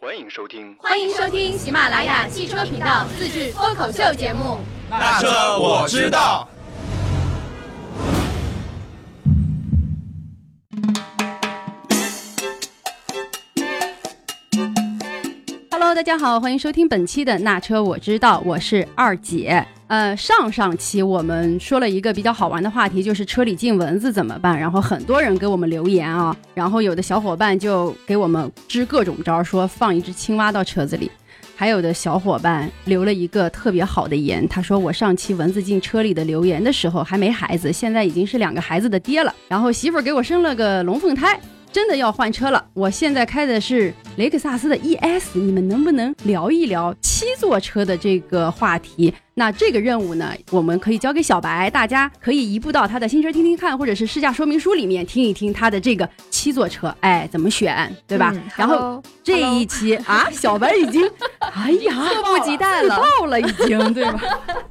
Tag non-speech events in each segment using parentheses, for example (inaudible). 欢迎收听。欢迎收听喜马拉雅汽车频道自制脱口秀节目。那车我知道。 Hello，大家好，欢迎收听本期的《那车我知道》，我是二姐。呃，上上期我们说了一个比较好玩的话题，就是车里进蚊子怎么办。然后很多人给我们留言啊，然后有的小伙伴就给我们支各种招儿，说放一只青蛙到车子里。还有的小伙伴留了一个特别好的言，他说我上期蚊子进车里的留言的时候还没孩子，现在已经是两个孩子的爹了，然后媳妇儿给我生了个龙凤胎，真的要换车了，我现在开的是雷克萨斯的 ES，你们能不能聊一聊七座车的这个话题？那这个任务呢，我们可以交给小白，大家可以移步到他的新车听听看，或者是试驾说明书里面听一听他的这个七座车，哎，怎么选，对吧？嗯然后 Hello，这一期啊，小白已经，哎呀，迫不及待了自爆了，已经，对 (laughs) 吧？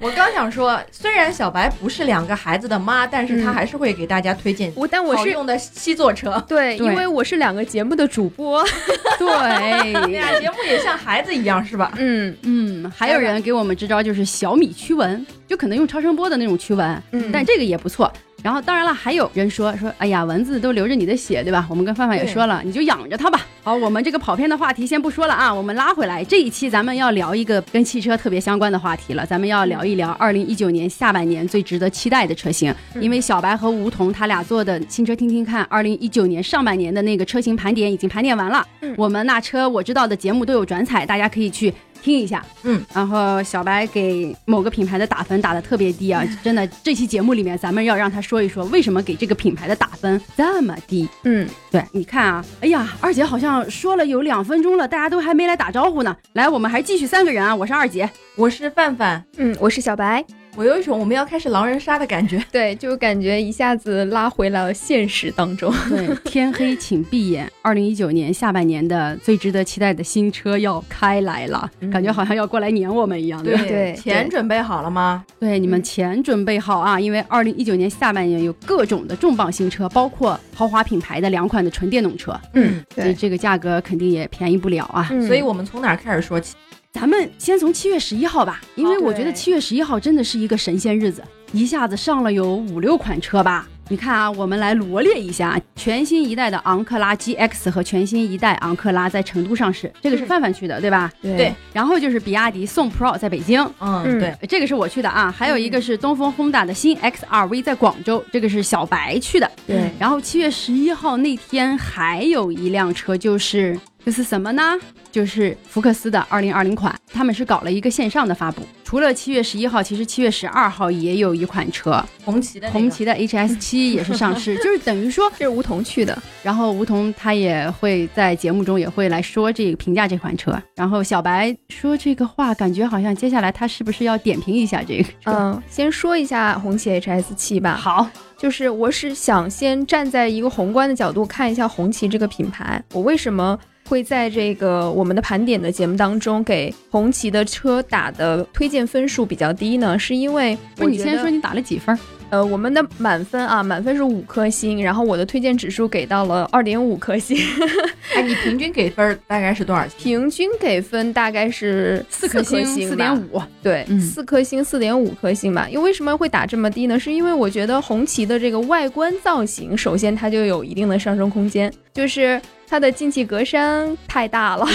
我刚想说，虽然小白不是两个孩子的妈，但是她还是会给大家推荐嗯我但我好是用的七 (laughs) 座车。对，对因为我是两个节目的主 (laughs) 播，哎那对，哎俩节目也像孩子一样，是吧？嗯嗯，还有人给我们支招，就是小米驱蚊，就可能用超声波的那种驱蚊，嗯但这个也不错。然后当然了，还有人说说，哎呀，蚊子都流着你的血，对吧？我们跟范范也说了，你就养着它吧。好，我们这个跑偏的话题先不说了啊，我们拉回来。这一期咱们要聊一个跟汽车特别相关的话题了，咱们要聊一嗯聊二零一九年下半年最值得期待的车型，因为小白和吴桐他俩做的新车听听看，二零一九年上半年的那个车型盘点已经盘点完了。嗯我们那车我知道的节目都有转采，大家可以去听一下。嗯，然后小白给某个品牌的打分打的特别 (laughs) 低啊，真的，这期节目里面咱们要让他说一说为什么给这个品牌的打分这么低。嗯，对，你看啊，哎呀，二姐好像说了有两分钟了，大家都还没来打招呼呢。来，我们还继续三个人啊，我是二姐，我是范范，嗯，我是小白，我有一种我们要开始狼人杀的感觉。对，就感觉一下子拉回了现实当中。对，天黑请闭眼。二零一九年下半年的最值得期待的新车要开来了，嗯感觉好像要过来撵我们一样，吧？对钱对准备好了吗？对，你们嗯钱准备好啊，因为二零一九年下半年有各种的重磅新车，包括豪华品牌的两款的纯电动车，嗯，所以 (laughs) 对，这个价格肯定也便宜不了啊。嗯所以我们从哪儿开始说起？咱们先从七月十一号吧，因为我觉得对七月十一号真的是一个神仙日子，一下子上了有五六款车吧。你看啊，我们来罗列一下啊全新一代的昂克拉 GX 和全新一代昂克拉在成都上市，这个是嗯范范去的，对吧？对然后就是比亚迪宋 Pro 在北京，嗯，嗯对，这个是我去的啊，还有一个是东风 Honda 的新 XRV 在广州，这个是小白去的。对，然后七月十一号那天还有一辆车，就是就是什么呢？就是福克斯的二零二零款，他们是搞了一个线上的发布。除了七月十一号，其实七月十二号也有一款车，红旗的那个红旗的 HS 七也是上 (laughs) 市，就是等于说，这是梧桐去的，然后吴桐他也会在节目中也会来说这个评价这款车。然后小白说这个话，感觉好像接下来他是不是要点评一下这个车？嗯，先说一下红旗 HS 七吧，好，就是我是想先站在一个宏观的角度看一下红旗这个品牌，我为什么会在这个我们的盘点的节目当中给红旗的车打的推荐分数比较低呢？是因为不我是你觉先得说你打了几分儿？呃，我们的满分啊，满分是五颗星，然后我的推荐指数给到了二点五颗星，哎，你平均给分儿大概是多少钱？平均给分大概是颗四吧点，五。对嗯，四颗星，四点五颗星吧。因为为什么会打这么低呢？是因为我觉得红旗的这个外观造型，首先它就有一定的上升空间，就是它的进气格栅太大了。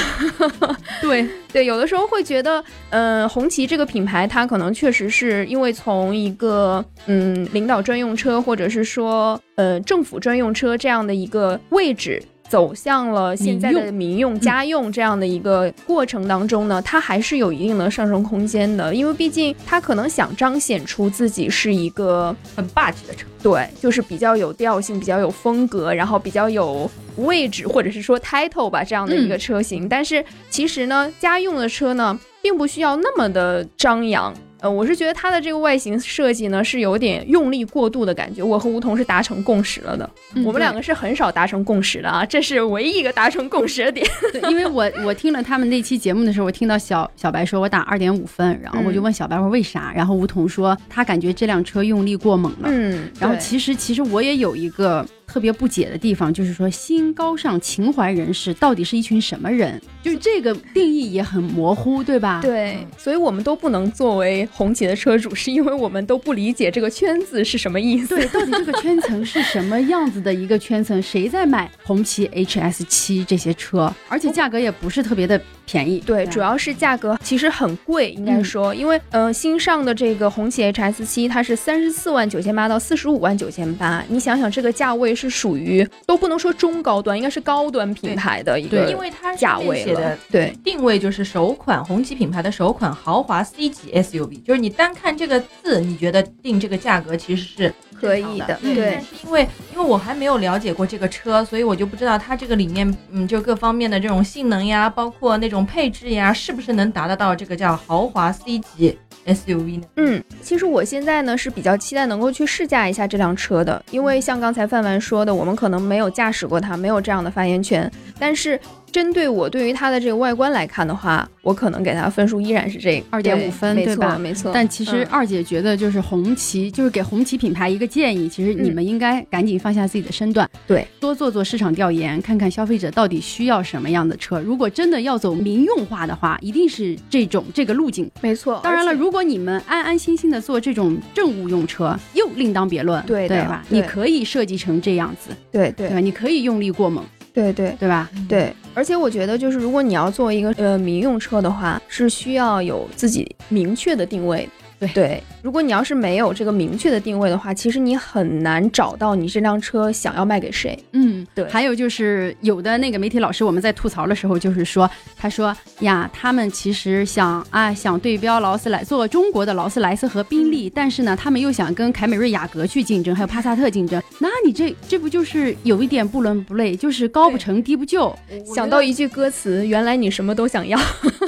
对， (laughs) 对，有的时候会觉得，嗯，红旗这个品牌，它可能确实是因为从一个嗯领导专用车，或者是说呃政府专用车这样的一个位置。走向了现在的民用、家用这样的一个过程当中呢，它还是有一定的上升空间的，因为毕竟它可能想彰显出自己是一个很霸气的车，对，就是比较有调性、比较有风格，然后比较有位置或者是说 title 吧这样的一个车型。但是其实呢，家用的车呢，并不需要那么的张扬。呃，我是觉得它的这个外形设计呢是有点用力过度的感觉。我和吴桐是达成共识了的，嗯我们两个是很少达成共识的啊，这是唯一一个达成共识的点。对，因为我我听了他们那期节目的时候，我听到小小白说我打二点五分，然后我就嗯问小白我说为啥，然后吴桐说他感觉这辆车用力过猛了。 (laughs) 嗯然后其实其实我也有一个特别不解的地方，就是说新高尚情怀人士到底是一群什么人？就是这个定义也很模糊，对吧？对，所以我们都不能作为红旗的车主，是因为我们都不理解这个圈子是什么意思。对，到底这个圈层是什么样子的一个圈层？谁在买红旗 HS 七这些车？而且价格也不是特别的便宜。哦对，主要是价格其实很贵，应该说，因为嗯、呃新上的这个红旗 HS 七，它是三十四万九千八到四十五万九千八，你想想这个价位是属于都不能说中高端，应该是高端品牌的一对个因为它价上面位写了的。对，定位就是首款红旗品牌的首款豪华 C 级 SUV，就是你单看这个字，你觉得定这个价格其实是可正以常的的，嗯对但。是因为因为我还没有了解过这个车，所以我就不知道它这个里面，嗯，就各方面的这种性能呀，包括那种配置呀，是不是能达得到这个叫豪华 C 级 SUV 呢？嗯，其实我现在呢是比较期待能够去试驾一下这辆车的，因为像刚才范范说的，我们可能没有驾驶过它，没有这样的发言权。但是针对我对于它的这个外观来看的话，我可能给它分数依然是这个2.5分没对吧错，没错。但其实嗯二姐觉得，就是红旗，就是给红旗品牌一个建议，其实你们应该赶紧放下自己的身段，嗯对，多做做市场调研，看看消费者到底需要什么样的车。如果真的要走民用化的话，一定是这种这个路径。没错，当然了，而且如果你们安安心心的做这种政务用车，又另当别论，对的对吧？对你可以设计成这样子，对对对吧？你可以用力过猛，对对对吧？嗯对，而且我觉得就是如果你要做一个呃民用车的话，是需要有自己明确的定位。对如果你要是没有这个明确的定位的话，其实你很难找到你这辆车想要卖给谁。嗯，对还有就是有的那个媒体老师，我们在吐槽的时候，就是说，他说呀，他们其实想啊，想对标劳斯莱做中国的劳斯莱斯和宾嗯利，但是呢，他们又想跟凯美瑞、雅阁去竞争，还有帕萨特竞争。那你这这不就是有一点不伦不类，就是高不成低不就？想到一句歌词，原来你什么都想要。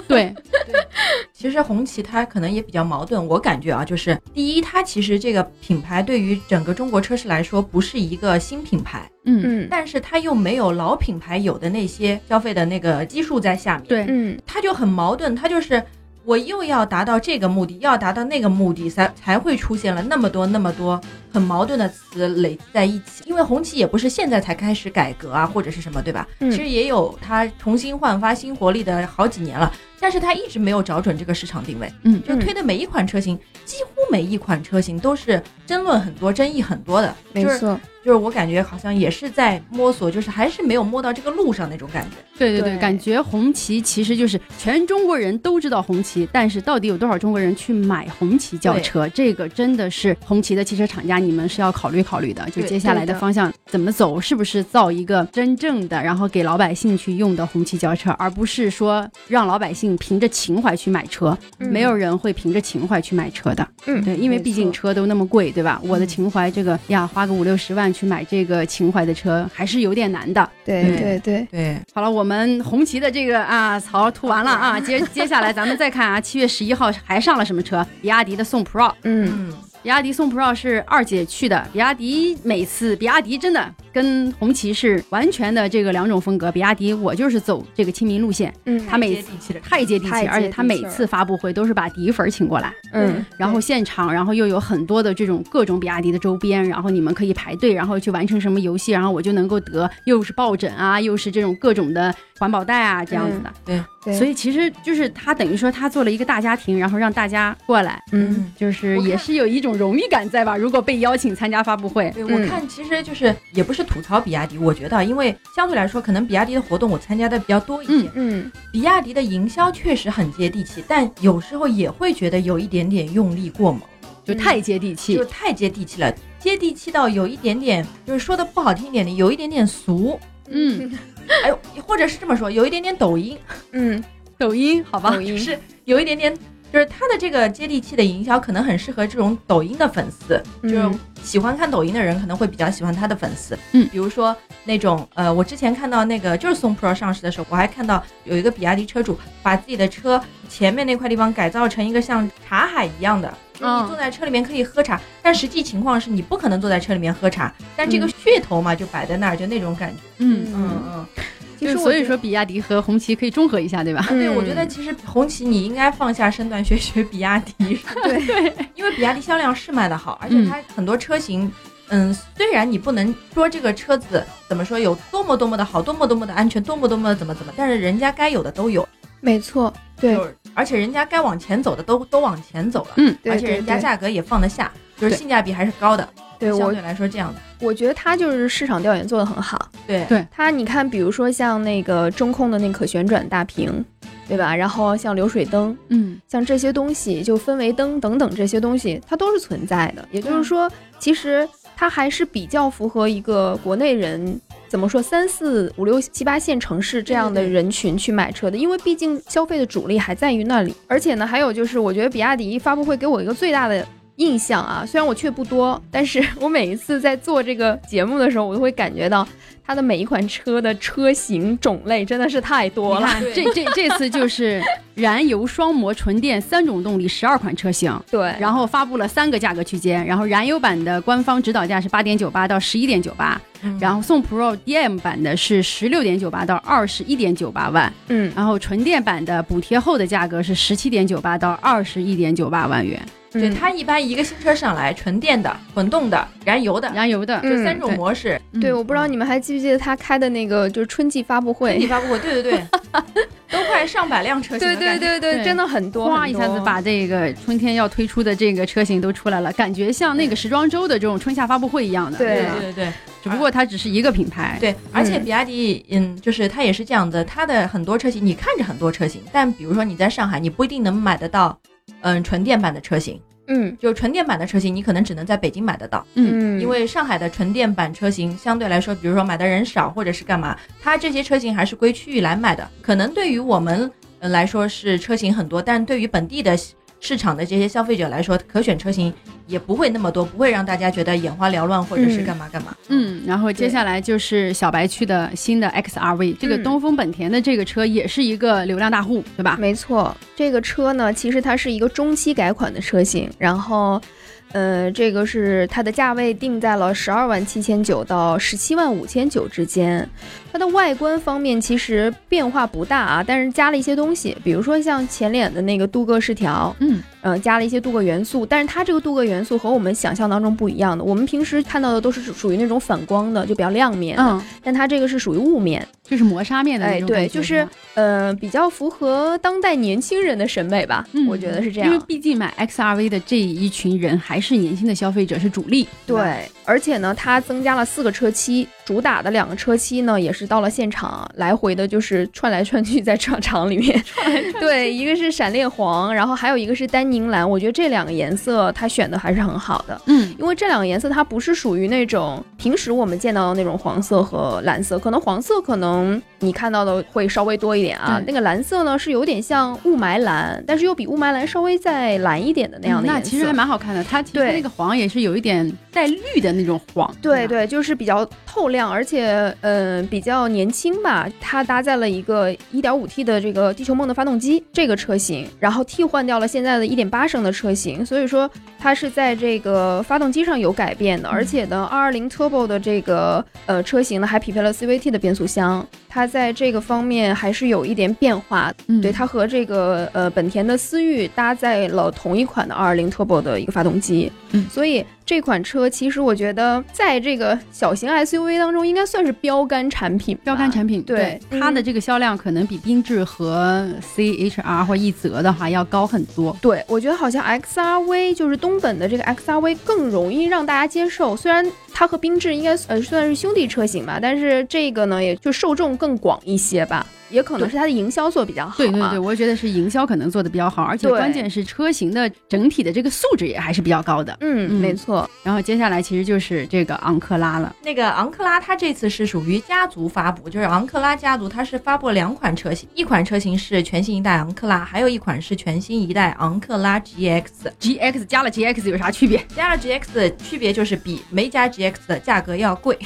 对，其实红旗它可能也比较矛盾，我感觉啊，就是第一，它其实这个品牌对于整个中国车市来说不是一个新品牌， (laughs) 嗯，嗯但是它又没有老品牌有的那些消费的那个基数在下面，对，嗯，它就很矛盾，它就是我又要达到这个目的，要达到那个目的，才才会出现了那么多那么多很矛盾的词累积在一起。因为红旗也不是现在才开始改革啊，或者是什么，对吧？嗯其实也有它重新焕发新活力的好几年了，但是它一直没有找准这个市场定位。嗯就推的每一款车型，几乎每一款车型都是争论很多、争议很多的，没就是错，就是我感觉好像也是在摸索，就是还是没有摸到这个路上那种感觉。对对对，对感觉红旗其实就是全中国人都知道红旗，但是到底有多少中国人去买红旗轿车，这个真的是红旗的汽车厂家，你们是要考虑考虑的。就对接下来的对的方向怎么走，是不是造一个真正的，然后给老百姓去用的红旗轿车，而不是说让老百姓凭着情怀去买车，嗯没有人会凭着情怀去买车的。嗯对，因为没毕竟车错都那么贵，对吧？我的嗯情怀，这个呀，花个五六十万去买这个情怀的车，还是有点难的。对嗯对对，对，好了，我们红旗的这个啊槽吐完了 (laughs) 啊，接接下来咱们再看啊，七月十一号还上了什么车？比亚迪的宋 Pro，嗯，嗯。比亚迪宋 Pro 是二姐去的。比亚迪每次，比亚迪真的跟红旗是完全的这个两种风格。比亚迪我就是走这个亲民路线，嗯他每接次地气的太接地太气，接而且他地每气了次发布会都是把迪粉儿请过来。嗯，然后现场，然后又有很多的这种各种比亚迪的周边，然后你们可以排队，然后去完成什么游戏，然后我就能够得又是抱枕啊，又是这种各种的环保袋啊这样子的。对对所以其实就是他等于说他做了一个大家庭，然后让大家过来，嗯，就是我看也是有一种荣誉感在吧？如果被邀请参加发布会，对，嗯我看其实就是也不是吐槽比亚迪，我觉得啊因为相对来说，可能比亚迪的活动我参加的比较多一些。嗯比亚迪的营销确实很接地气，但有时候也会觉得有一点点用力过猛，就太接地气就。太接地气了，接地气到有一点点，就是说的不好听一点的，有一点点俗，嗯，哎呦，或者是这么说，有一点点抖音，嗯，抖音好吧抖，音是有一点点。就是它的这个接地气的营销，可能很适合这种抖音的粉丝，就是嗯喜欢看抖音的人可能会比较喜欢他的粉丝。嗯比如说那种呃，我之前看到那个就是宋 Pro 上市的时候，我还看到有一个比亚迪车主把自己的车前面那块地方改造成一个像茶海一样的。就是嗯你坐在车里面可以喝茶，但实际情况是你不可能坐在车里面喝茶，但这个噱头嘛就摆在那儿，就那种感觉。嗯，嗯嗯，其就实是我所以觉说比亚迪和红旗可以中和一下，对吧？啊对，嗯我觉得其实红旗你应该放下身段学学比亚迪，对 (laughs) 嗯因为比亚迪销量是卖的好，而且它很多车型嗯，虽然你不能说这个车子怎么说有多么多么的好，多么多么的安全，多么多么的怎么怎么，但是人家该有的都有，没错，对就是而且人家该往前走的都都往前走了，嗯，对而且对人家对价格也放得下，就是对性价比还是高的，对相我对来说这样的，我觉得它就是市场调研做得很好。对对它你看，比如说像那个中控的那可旋转大屏，对吧？然后像流水灯，嗯像这些东西，就氛围灯等等这些东西，它都是存在的。也嗯就是说，其实它还是比较符合一个国内人怎么说三四五六七八线城市这样的对对对人群去买车的，因为毕竟消费的主力还在于那里。而且呢，还有就是，我觉得比亚迪发布会给我一个最大的。印象啊，虽然我去不多，但是我每一次在做这个节目的时候，我都会感觉到它的每一款车的车型种类真的是太多你了。看这这这次就是燃油、双模、纯电三种动力，十二款车型，对，然后发布了三个价格区间，然后燃油版的官方指导价是八点九八到十一点九八，嗯然后宋 Pro DM 版的是十六点九八到二十一点九八万，嗯，然后纯电版的补贴后的价格是十七点九八到二十一点九八万元，对嗯它一般一个新车上来，纯电的、混动的、燃油的，燃油的嗯这三种对模式，对，嗯我不知道你们还记不记得他开的那个就是春季发布你会。发布会，对对对， (laughs) 都快上百辆车型对了，对感觉对对，对真的很多，哗很一多下子把这个春天要推出的这个车型都出来了，感觉像那个时装周的这种春夏发布会一样的。对吧对对对只不过它只是一个品牌。对，而且嗯比亚迪，嗯，就是它也是这样的，它的很多车型，你看着很多车型，但比如说你在上海，你不一定能买得到，嗯，纯电版的车型，嗯就纯电版的车型，你可能只能在北京买得到，嗯，因为上海的纯电版车型相对来说，比如说买的人少或者是干嘛，它这些车型还是归区域来买的。可能对于我们呃来说是车型很多，但对于本地的市市场的这些消费者来说，可选车型也不会那么多，不会让大家觉得眼花缭乱或者是干嘛干嘛。嗯，然后接下来就是小白区的新的 XRV，这个嗯东风本田的这个车也是一个流量大户，对吧？没错，这个车呢，其实它是一个中期改款的车型，然后，呃，这个是它的价位定在了十二万七千九到十七万五千九之间。它的外观方面其实变化不大啊，但是加了一些东西，比如说像前脸的那个镀铬饰条，嗯，呃，加了一些镀铬元素，但是它这个镀铬元素和我们想象当中不一样的，我们平时看到的都是属于那种反光的，就比较亮面，嗯，但它这个是属于雾面，就是磨砂面的那哎，种对，感觉就是吧呃，比较符合当代年轻人的审美吧，嗯我觉得是这因为样。毕竟买 XRV 的这一群人还是年轻的消费者，是主力。吧，对，而且呢，它增加了四个车漆，主打的两个车漆呢，也是到了现场来回的，就是串来串去在厂厂里 (laughs) 面。对，一个是闪烈黄，然后还有一个是丹宁蓝，我觉得这两个颜色它选的还是很好的。嗯，因为这两个颜色它不是属于那种平时我们见到的那种黄色和蓝色，可能黄色可能你看到的会稍微多一点啊对。那个蓝色呢是有点像雾霾蓝，但是又比雾霾蓝稍微再蓝一点的那样嗯的那颜色。其实还蛮好看的。它其实对那个黄也是有一点带绿的那种黄。对吧，对，就是比较透亮，而且嗯、呃比较年轻吧。它搭载了一个 1.5T 的这个地球梦的发动机这个车型，然后替换掉了现在的1.8升的车型，所以说它是在这个发动机上有改变的。而且呢，220 Turbo 的这个呃车型呢，还匹配了 CVT 的变速箱，它在这个方面还是有一点变化。嗯对，它和这个呃本田的思域搭载了同一款的220 Turbo 的一个发动机，嗯所以这款车其实我觉得在这个小型 SUV 当中应该算是标杆产品吧，标杆产品，对嗯它的这个销量可能比缤智和 CHR 或奕泽的话要高很多。对，我觉得好像 XRV 就是东本的这个 XRV 更容易让大家接受，虽然它和缤智应该呃算是兄弟车型吧，但是这个呢也就受众更广一些吧，也可能对是它的营销做得比较好、啊。对对对，我觉得是营销可能做的比较好，而且对关键是车型的整体的这个素质也还是比较高的。嗯，嗯没错，然后接下来其实就是这个昂克拉了，那个昂克拉它这次是属于家族发布，就是昂克拉家族它是发布了两款车型，一款车型是全新一代昂克拉，还有一款是全新一代昂克拉 GX。 GX 加了 GX 有啥区别？加了 GX 的区别就是比没加 GX 的价格要贵，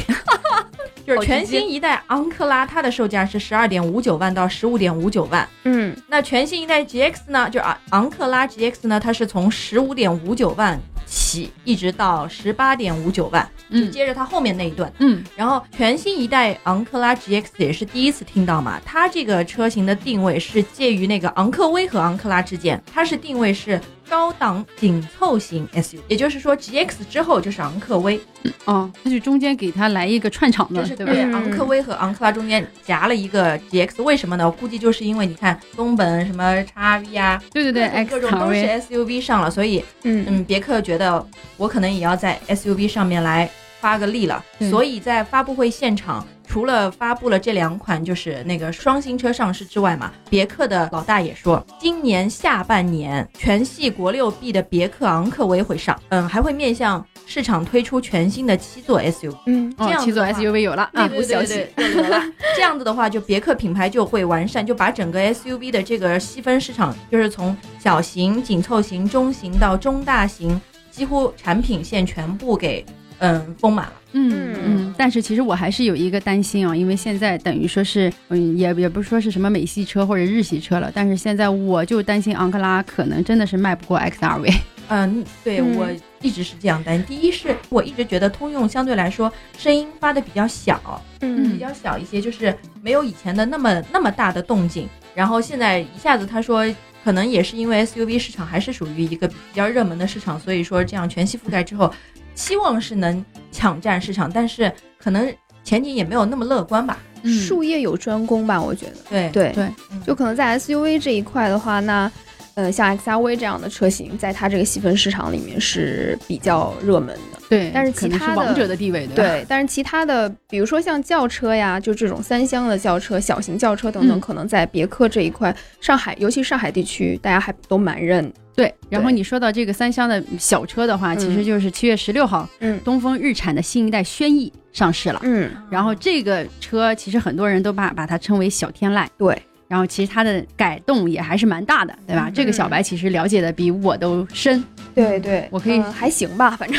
(laughs) 就是全新一代昂克拉它的售价是十二点五九万到十五点五九万，嗯那全新一代 GX 呢，就是昂昂克拉 GX 呢，它是从十五点五九万。起，一直到十八点五九万，就嗯接着它后面那一段。嗯然后全新一代昂克拉 GX 也是第一次听到嘛，它这个车型的定位是介于那个昂克威和昂克拉之间，它是定位是高档紧凑型 SUV，也就是说 GX 之后就是昂克威，哦，那就中间给他来一个串场就的是，对对吧？嗯昂克威和昂克拉中间夹了一个 GX，为什么呢？我估计就是因为你看东本什么 XV 啊，对对对各，X 种各种卡都是位， SUV 上了，所以嗯嗯，别克觉得我可能也要在 SUV 上面来发个力了，对所以在发布会现场，除了发布了这两款就是那个双新车上市之外嘛，别克的老大也说，今年下半年全系国六 B 的别克昂科威会上，嗯，还会面向市场推出全新的七座 SUV。嗯这哦，样七座子的话 SUV 有了啊，对无消，对息。对对有了这样子的话，就别克品牌就会完善，就把整个 SUV 的这个细分市场，就是从小型、紧凑型、中型到中大型，几乎产品线全部给嗯丰满了。嗯嗯，但是其实我还是有一个担心啊，因为现在等于说是，嗯，也也不是说是什么美系车或者日系车了，但是现在我就担心昂克拉可能真的是卖不过 XRV。嗯，对嗯我一直是这样担。第一是我一直觉得通用相对来说声音发的比较小，比嗯较小一些，就是没有以前的那么那么大的动静。然后现在一下子他说，可能也是因为 SUV 市场还是属于一个比较热门的市场，所以说这样全系覆盖之后，期望是能抢占市场，但是可能前景也没有那么乐观吧。嗯术业有专攻吧，我觉得。对，对对嗯就可能在 SUV 这一块的话，那呃像 XRV 这样的车型，在它这个细分市场里面是比较热门的。 (laughs) 对，但是可其能他是的王者的地位，对吧？对，但是其他的，比如说像轿车呀，就这种三厢的轿车、小型轿车等等，嗯可能在别克这一块，上海尤其上海地区，大家还都蛮认。对，然后对你说到这个三厢的小车的话，嗯其实就是七月十六号，嗯东风日产的新一代轩逸上市了。嗯，然后这个车其实很多人都把把它称为小天籁，对。嗯然后其实它的改动也还是蛮大的，对吧？这个小白其实了解的比我都 (laughs) 深，对对，我可以呃还行吧，反正。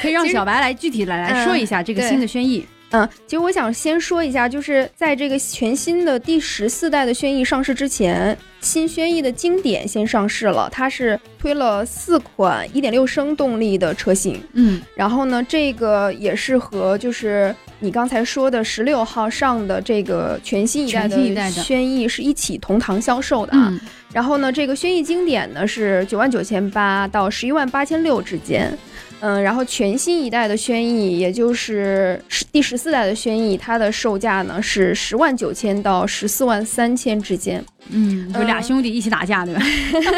可以让其实小白来具体来来说一下这个对新的轩逸。嗯，其实我想先说一下，就是在这个全新的第十四代的轩逸上市之前，新轩逸的经典先上市了，它是推了四款1.6升动力的车型，嗯然后呢，这个也是和就是你刚才说的十六号上的这个全新一代全新一代的的轩逸是一起同堂销售的啊。嗯然后呢，这个轩逸经典呢是九万九千八到十一万八千六之间，嗯，然后全新一代的轩逸，也就是十第十四代的轩逸，它的售价呢是十万九千到十四万三千之间，嗯，就俩嗯兄弟一起打架，对吧？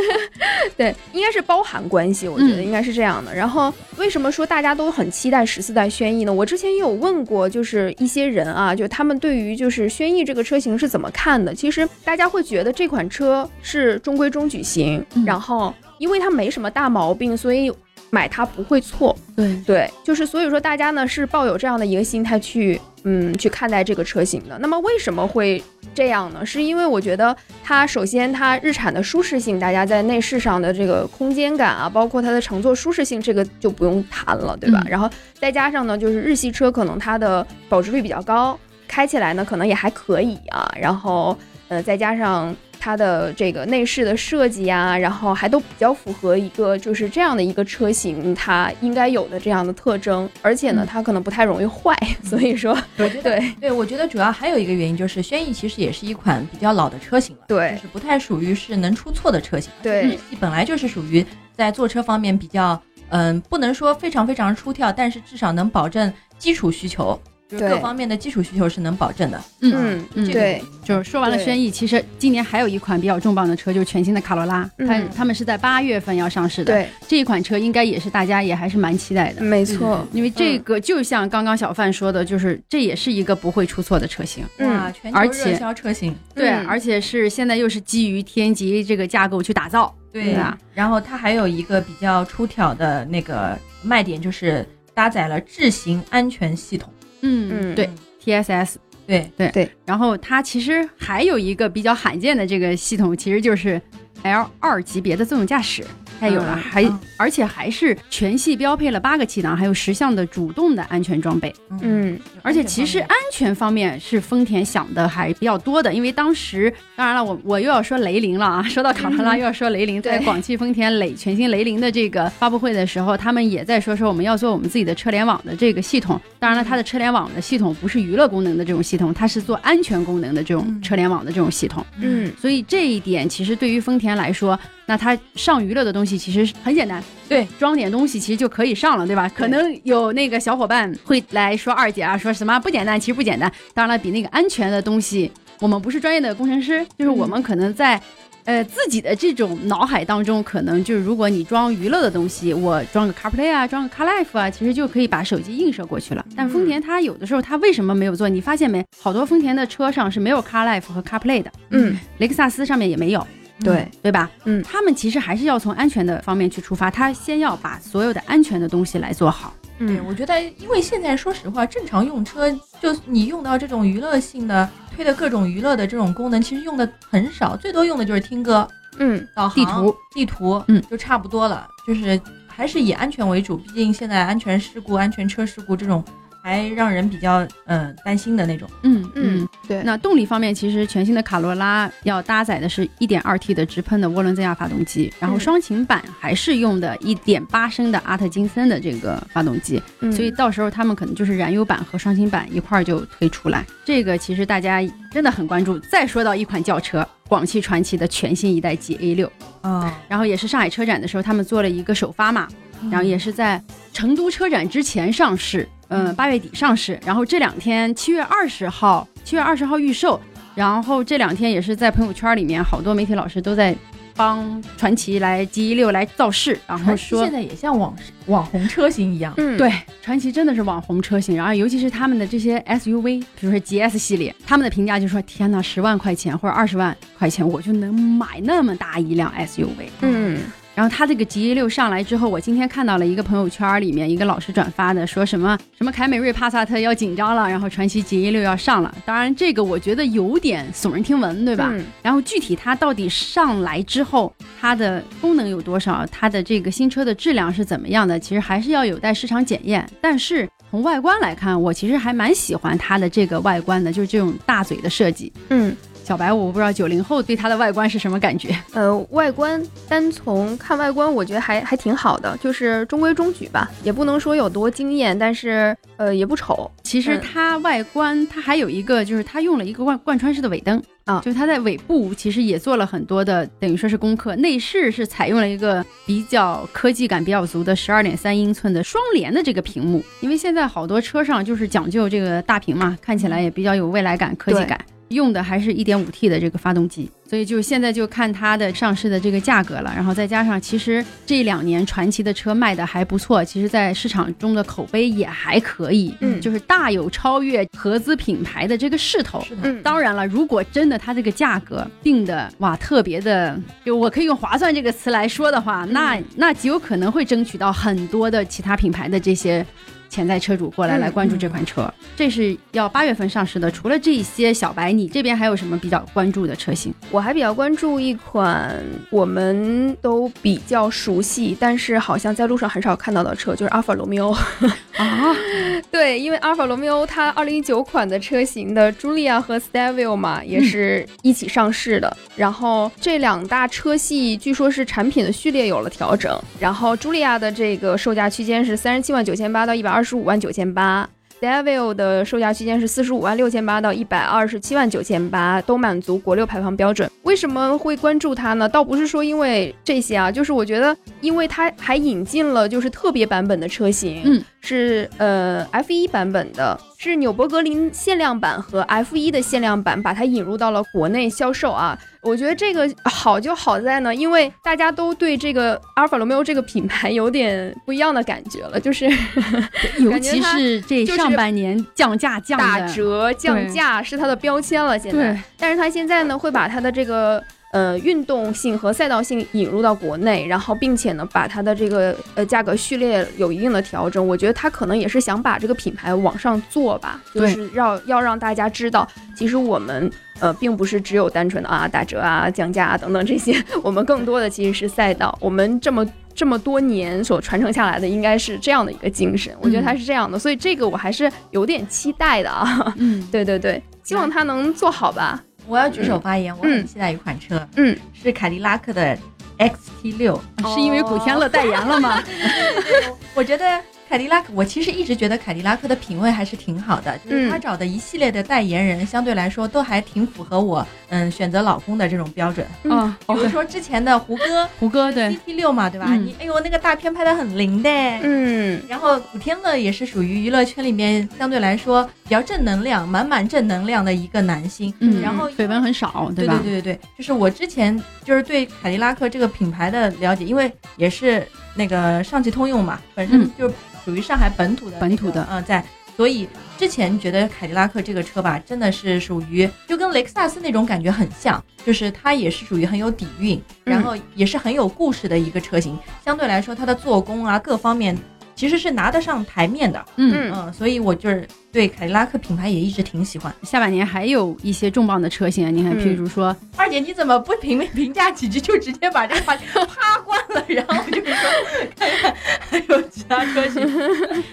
(laughs) 对，应该是包含关系，我觉得嗯应该是这样的。然后为什么说大家都很期待十四代轩逸呢？我之前也有问过，就是一些人啊，就他们对于就是轩逸这个车型是怎么看的？其实大家会觉得这款车是中规中矩型，嗯然后因为它没什么大毛病，所以买它不会错。对， (laughs) 对，就是所以说大家呢是抱有这样的一个心态去，嗯，去看待这个车型的。那么为什么会这样呢？是因为我觉得它首先它日产的舒适性，大家在内饰上的这个空间感啊，包括它的乘坐舒适性，这个就不用谈了，对吧？嗯然后再加上呢，就是日系车可能它的保值率比较高，开起来呢可能也还可以啊。然后呃，再加上。它的这个内饰的设计啊，然后还都比较符合一个就是这样的一个车型它应该有的这样的特征，而且呢嗯，它可能不太容易坏，所以说，我觉得对对，我觉得主要还有一个原因就是轩逸其实也是一款比较老的车型了，对就是不太属于是能出错的车型。对日系本来就是属于在坐车方面比较，嗯，不能说非常非常出挑，但是至少能保证基础需求，就是对各方面的基础需求是能保证的。嗯嗯，嗯，这个对，就是说完了对轩逸，其实今年还有一款比较重磅的车，就是全新的卡罗拉，嗯它他们是在八月份要上市的。，对，这一款车应该也是大家也还是蛮期待的，没错，因为这个就像刚刚小范说的，就是这也是一个不会出错的车型。哇，嗯，全球而且热销车型，对，嗯而且是现在又是基于天级这个架构去打造。对啊，然后它还有一个比较出挑的那个卖点就是搭载了智行安全系统。嗯嗯对，TSS。对，对然后它其实还有一个比较罕见的这个系统，其实就是 L 二级别的自动驾驶。它有了，嗯还嗯而且还是全系标配了八个气囊，还有十项的主动的安全装备。嗯而且其实安全方面是丰田想的还比较多的，因为当时当然了，我我又要说雷凌了啊， (laughs) 说到卡罗拉嗯又要说雷凌，在对广汽丰田雷全新雷凌的这个发布会的时候，他们也在说说我们要做我们自己的车联网的这个系统。当然了，它的车联网的系统不是娱乐功能的这种系统，它是做安全功能的这种嗯车联网的这种系统。嗯，所以这一点其实对于丰田来说，那它上娱乐的东西其实很简单，对，装点东西其实就可以上了，对吧？可能有那个小伙伴会来说二姐啊，说什么不简单，其实不简单。当然了，比那个安全的东西，我们不是专业的工程师，就是我们可能在。呃，自己的这种脑海当中，可能就是如果你装娱乐的东西，我装个 CarPlay 啊，装个 CarLife 啊，其实就可以把手机映射过去了。但丰田它有的时候它为什么没有做？你发现没？好多丰田的车上是没有 CarLife 和 CarPlay 的。嗯，雷克萨斯上面也没有，对，对吧？嗯他们其实还是要从安全的方面去出发，他先要把所有的安全的东西来做好。对，我觉得，因为现在说实话，正常用车就你用到这种娱乐性的推的各种娱乐的这种功能，其实用的很少，最多用的就是听歌、嗯导航、地图、地图，嗯，就差不多了。就是还是以安全为主，毕竟现在安全事故、安全车事故这种还让人比较嗯、呃担心的那种。嗯嗯。，对，那动力方面，其实全新的卡罗拉要搭载的是 1.2T 的直喷的涡轮增压发动机，然后嗯双擎版还是用的1.8升的阿特金森的这个发动机，嗯所以到时候他们可能就是燃油版和双擎版一块儿就推出来。这个其实大家真的很关注。再说到一款轿车，广汽传祺的全新一代 GA6，啊、然后也是上海车展的时候，他们做了一个首发嘛，嗯然后也是在成都车展之前上市，嗯、八月底上市，然后这两天七月二十号，七月二十号预售，然后这两天也是在朋友圈里面，好多媒体老师都在帮传祺来 G 一六来造势，然后传祺说现。在也像网网红车型一样，嗯对，传祺真的是网红车型，然后尤其是他们的这些 SUV，比如说 GS 系列，他们的评价就说：天呐，十万块钱或者二十万块钱，我就能买那么大一辆 SUV。嗯然后它这个 G 一六上来之后，我今天看到了一个朋友圈里面一个老师转发的，说什么什么凯美瑞、帕萨特要紧张了，然后传祺 G 一六要上了。当然，这个我觉得有点耸人听闻，对对吧？然后具体它到底上来之后，它的功能有多少，它的这个新车的质量是怎么样的，其实还是要有待市场检验。但是从外观来看，我其实还蛮喜欢它的这个外观的，就是这种大嘴的设计。嗯小白，我不知道九零后对它的外观是什么感觉。呃，外观单从看外观，我觉得还还挺好的，就是中规中矩吧，也不能说有多惊艳，但是呃也不丑。其实嗯它外观，它还有一个就是它用了一个贯贯穿式的尾灯啊就是它在尾部其实也做了很多的，等于说是功课。内饰是采用了一个比较科技感比较足的十二点三英寸的双联的这个屏幕，因为现在好多车上就是讲究这个大屏嘛，看起来也比较有未来感、科技感。用的还是一点五 T 的这个发动机，所以就现在就看它的上市的这个价格了，然后再加上其实这两年传祺的车卖的还不错，其实在市场中的口碑也还可以，嗯就是大有超越合资品牌的这个势头。是的，嗯，当然了，如果真的它这个价格定的哇特别的，就我可以用划算这个词来说的话，那那极有可能会争取到很多的其他品牌的这些潜在车主过来嗯来关注这款车。这是要八月份上市的。除了这些，小白，你这边还有什么比较关注的车型？我还比较关注一款我们都比较熟悉，但是好像在路上很少看到的车，就是阿尔法罗密欧。啊，对，因为阿尔法罗密欧它二零一九款的车型的 Giulia 和 Stelvio 嘛，也是一起上市的。然后这两大车系据说是产品的序列有了调整。然后 Giulia 的这个售价区间是三十七万九千八到一百二十五万九千八。Stelvio 的售价区间是四十五万六千八到一百二十七万九千八，都满足国六排放标准。为什么会关注它呢？倒不是说因为这些啊，就是我觉得，因为它还引进了就是特别版本的车型，嗯，是呃 F 1版本的，是纽博格林限量版和 F 1的限量版，把它引入到了国内销售啊。我觉得这个好就好在呢，因为大家都对这个阿尔法罗密欧这个品牌有点不一样的感觉了，就是 (laughs) 尤感觉其它是这就是上半年降价降的打折降价是它的标签了。现在，对，但是它现在呢会把它的这个呃运动性和赛道性引入到国内，然后并且呢把它的这个呃价格序列有一定的调整。我觉得他可能也是想把这个品牌往上做吧，就对是要要让大家知道，其实我们呃并不是只有单纯的啊打折啊降价啊等等这些， (laughs) 我们更多的其实是赛道，我们这么。这么多年所传承下来的应该是这样的一个精神，我觉得他是这样的，所以这个我还是有点期待的啊。嗯， (laughs) 对对对，希望他能做好吧。我要举手发言，我嗯很期待一款车，嗯，是凯迪拉克的 XT 六。是因为古天乐代言了吗？我觉得凯迪拉克，我其实一直觉得凯迪拉克的品味还是挺好的，就是他找的一系列的代言人，相对来说都还挺符合我嗯选择老公的这种标准。嗯啊，比如说之前的胡歌胡歌 (laughs) 对 GT 六嘛，对吧？嗯你哎呦那个大片拍的很灵的。嗯，然后古天乐也是属于娱乐圈里面相对来说比较正能量、满满正能量的一个男星。嗯，然后绯闻很少，对吧？对对对，就是我之前就是对凯迪拉克这个品牌的了解，因为也是那个上汽通用嘛，本身嗯就是属于上海本土的那个、本土的嗯、在。所以之前觉得凯迪拉克这个车吧，真的是属于就跟雷克萨斯那种感觉很像，就是它也是属于很有底蕴，嗯然后也是很有故事的一个车型。相对来说，它的做工啊各方面其实是拿得上台面的。嗯，嗯嗯，所以我就是对凯迪拉克品牌也一直挺喜欢。下半年还有一些重磅的车型，你看，嗯譬如说，二姐，你怎么不评评价几句就直接把这个话题啪关了？然后就是说，看看还有其他 (laughs) 车型。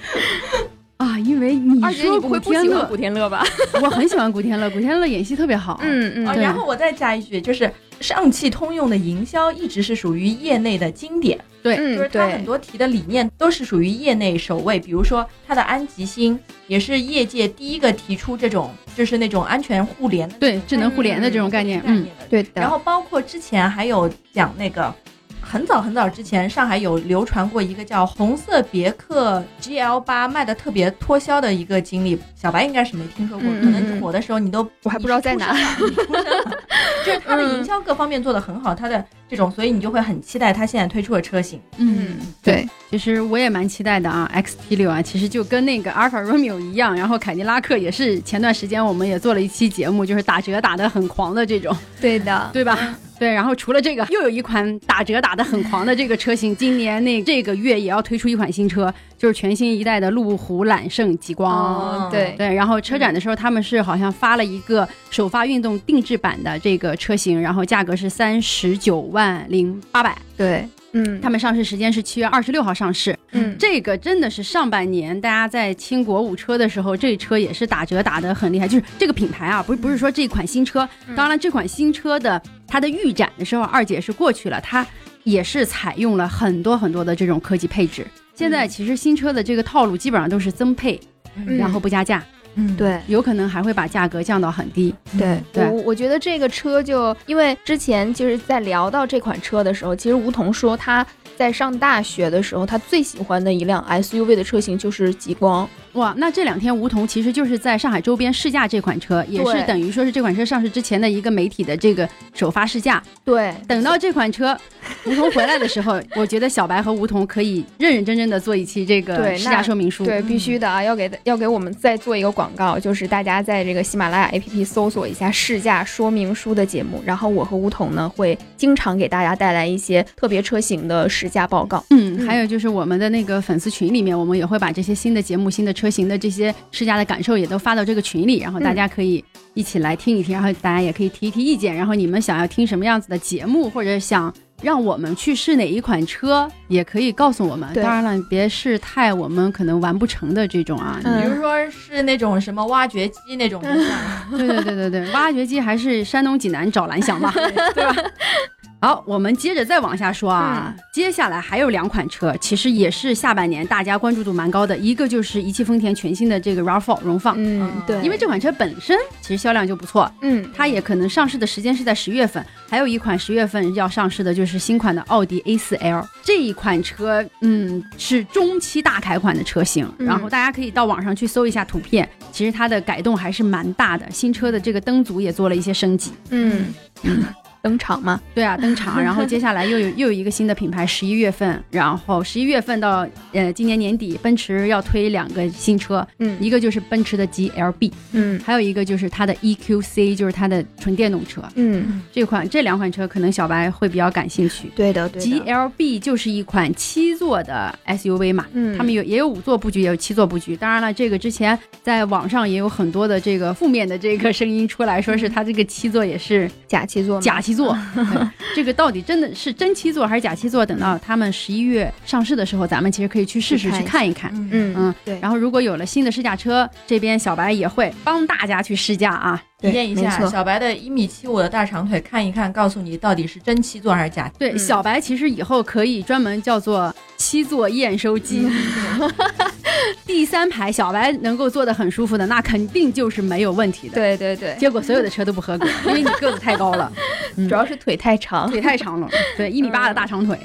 啊，因为你二姐，你说不古会不天喜欢乐，古天乐吧？ (laughs) 我很喜欢古天乐，古天乐演戏特别好，，嗯啊嗯，对然后我再加一句，就是上汽通用的营销一直是属于业内的经典，就嗯是它很对，多提的理念都是属于业内首位。比如说它的安吉星，也是业界第一个提出这种就是那种安全互联的对，智能互联的这种概念，概念嗯，的对的。然后包括之前还有讲那个，很早很早之前，上海有流传过一个叫红色别克 GL 八卖的特别脱销的一个经历，小白应该是没听说过，嗯可嗯能嗯我的时候你都我还不知道在哪，你出 (laughs) 生了你出生了就是它的嗯营销各方面做得很好，它的这种，所以你就会很期待它现在推出的车型。嗯，对，其实我也蛮期待的啊，XT 六啊，其实就跟那个阿尔法罗密欧一样，然后凯迪拉克也是前段时间我们也做了一期节目，就是打折打得很狂的这种，对的，对吧？对，然后除了这个，又有一款打折打得很狂的这个车型，今年那这个月也要推出一款新车，就是全新一代的路虎揽胜极光。哦，对，对，然后车展的时候，他们是好像发了一个首发运动定制版的这个车型，然后价格是三十九万零八百，对，嗯，他们上市时间是七月二十六号上市。嗯，这个真的是上半年大家在清国五车的时候，这车也是打折打得很厉害。就是这个品牌啊，不是不是说这款新车，嗯当然这款新车的它的预展的时候，二姐是过去了，它也是采用了很多很多的这种科技配置。现在其实新车的这个套路基本上都是增配，嗯然后不加价，嗯，对。有可能还会把价格降到很低。对对嗯我我觉得这个车就因为之前就是在聊到这款车的时候，其实吴桐说他在上大学的时候，他最喜欢的一辆 SUV 的车型就是极光。哇，那这两天梧桐其实就是在上海周边试驾这款车，也是对等于说是这款车上市之前的一个媒体的这个首发试驾。对，等到这款 (laughs) 车梧桐回来的时候，我觉得小白和梧桐可以认认真真的做一期这个对试驾那说明书。对，必须的啊！要给要给我们再做一个广告，就是大家在这个喜马拉雅 APP 搜索一下试驾说明书的节目，然后我和吴桐呢会经常给大家带来一些特别车型的试驾报告。嗯，嗯还有就是我们的那个粉丝群里面，我们也会把这些新的节目、新的车型的这些试驾的感受也都发到这个群里，然后大家可以一起来听一听，然后大家也可以提一提意见，然后你们想要听什么样子的节目，或者想让我们去试哪一款车，也可以告诉我们。对当然了，别试太我们可能玩不成的这种啊。比嗯如说是那种什么挖掘机那种的， (laughs) 对对对对对，挖掘机还是山东济南找蓝翔 (laughs) 吧，对吧？好，我们接着再往下说啊，嗯接下来还有两款车，其实也是下半年大家关注度蛮高的，一个就是一汽丰田全新的这个 RAV4 荣放，嗯，对，因为这款车本身其实销量就不错，嗯，它也可能上市的时间是在十月份，还有一款十月份要上市的就是新款的奥迪 A4L 这一款车，嗯，是中期大改款的车型，嗯然后大家可以到网上去搜一下图片，其实它的改动还是蛮大的，新车的这个灯组也做了一些升级。嗯，登场嘛。对啊，登场，然后接下来又有又有一个新的品牌，十一月份，然后十一月份到呃今年年底，奔驰要推两个新车，嗯一个就是奔驰的 GLB，嗯还有一个就是它的 EQC，就是它的纯电动车。嗯，这款这两款车可能小白会比较感兴趣。对的对的。 GLB 就是一款七座的 SUV 嘛，嗯他们有也有五座布局，也有七座布局。当然了，这个之前在网上也有很多的这个负面的这个声音出来，嗯说是它这个七座也是假期做吗假七 (laughs) 座，对这个到底真的是真七座还是假七座？等到他们十一月上市的时候，咱们其实可以去试试嗯去去看一看。嗯，嗯嗯对，然后，如果有了新的试驾车，这边小白也会帮大家去试驾啊。体验一没下错小白的一米七五的大长腿，看一看，告诉你到底是真七座还是假七对，嗯小白其实以后可以专门叫做七座验收机。嗯 (laughs) 第三排小白能够坐得很舒服的，那肯定就是没有问题的。对对对，结果所有的车都不 (laughs) 合格，因为你个子太高了，嗯主要是腿太长。腿太长了，对，嗯一米八的大长 (laughs) 腿。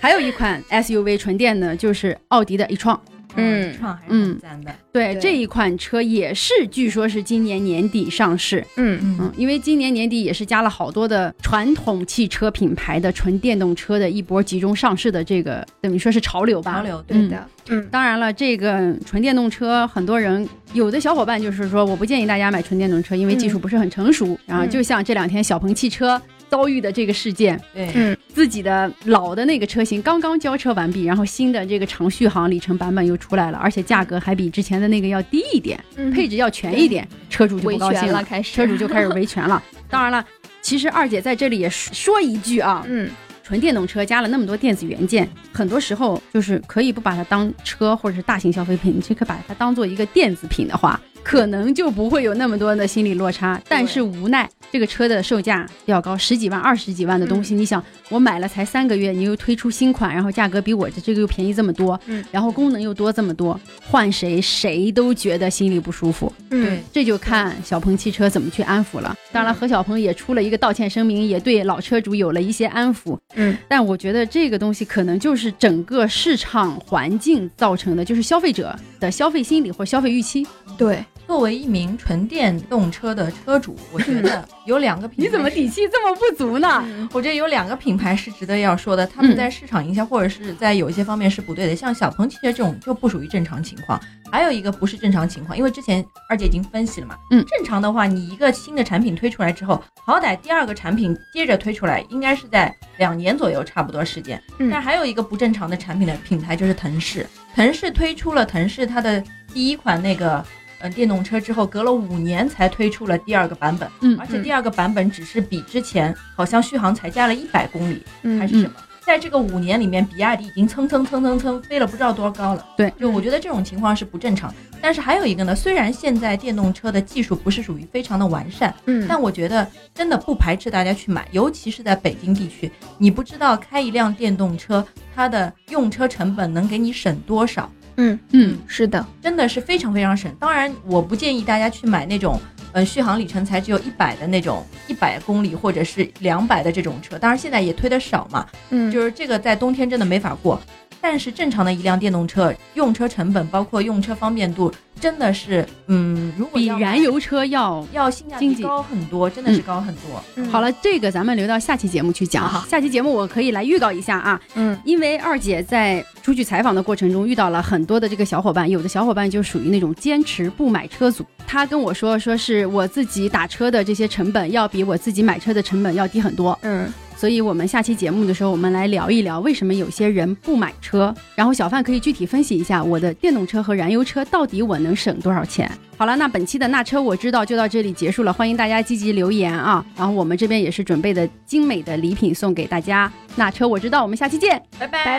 还有一款 SUV 纯电呢，就是奥迪的 e 创。座？嗯创还是很赞的。对对这一款车也是，据说是今年年底上市。嗯嗯嗯，因为今年年底也是加了好多的传统汽车品牌的纯电动车的一波集中上市的这个，等于说是潮流吧。潮。流对对的，嗯当然了，这个纯电动车，很多人有的小伙伴就是说，我不建议大家买纯电动车，因为技术不是很成熟。然后就像这两天小鹏汽车遭遇的这个事件，对嗯，自己的老的那个车型刚刚交车完毕，然后新的这个长续航里程版本又出来了，而且价格还比之前的那个要低一点，嗯配置要全一点，车嗯主就维不高兴权了了，，开始车主就开始维权了。当然了，其实二姐在这里也说说一句啊，嗯纯电动车加了那么多电子元件，很多时候就是可以不把它当车或者是大型消费品，你就可以把它当做一个电子品的话，可能就不会有那么多的心理落差。但是无奈这个车的售价比较高，十几万、二十几万的东嗯西，你想我买了才三个月，你又推出新款，然后价格比我的这个又便宜这么多，嗯然后功能又多这么多，换谁谁都觉得心里不舒服。嗯对，这就看小鹏汽车怎么去安抚了。当然，何小鹏也出了一个道歉声明，也对老车主有了一些安抚。嗯，但我觉得这个东西可能就是整个市场环境造成的，就是消费者的消费心理或消费预期。对，作为一名纯电动车的车主，我觉得有两个品嗯牌，你怎么底气这么不足呢？我觉得有两个品牌是值得要说的，他们嗯在市场营销或者是在有一些方面是不对的，像小鹏汽车这种就不属于正常情况。还有一个不是正常情况，因为之前二姐已经分析了嘛，嗯正常的话，你一个新的产品推出来之后，好歹第二个产品接着推出来，应该是在两年左右差不多时间。嗯但还有一个不正常的产品的品牌就是腾势，腾势推出了腾势它的第一款那个。呃，电动车之后隔了五年才推出了第二个版本，嗯而且第二个版本只是比之前好像续航才加了一百公里，嗯还是什么？在这个五年里面，比亚迪已经蹭蹭蹭蹭蹭飞了不知道多高了。对就我嗯觉得这种情况是不正常。但是还有一个呢，虽然现在电动车的技术不是属于非常的完善，嗯但我觉得真的不排斥大家去买，尤其是在北京地区，你不知道开一辆电动车，它的用车成本能给你省多少。嗯，是的，真的是非常非常省。当然，我不建议大家去买那种，呃，续航里程才只有一百的那种，一百公里或者是两百的这种车。当然，现在也推的少嘛，嗯就是这个在冬天真的没法过。但是正常的一辆电动车，用车成本包括用车方便度，真的是，嗯，如果比要买燃油车要。要性价经比济高很多，真的是高很多。嗯好，了，这个咱们留到下期节目去讲。嗯好好下期节目我可以来预告一下啊，嗯因为二姐在出去采访的过程中遇到了很多的这个小伙伴，有的小伙伴就属于那种坚持不买车族。他跟我说，说是我自己打车的这些成本要比我自己买车的成本要低很多。嗯所以我们下期节目的时候，我们来聊一聊为什么有些人不买车。然后小范可以具体分析一下我的电动车和燃油车到底我能省多少钱。好了，那本期的那车我知道就到这里结束了，欢迎大家积极留言啊！然后我们这边也是准备的精美的礼品送给大家。那车我知道，我们下期见。拜拜拜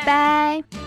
拜。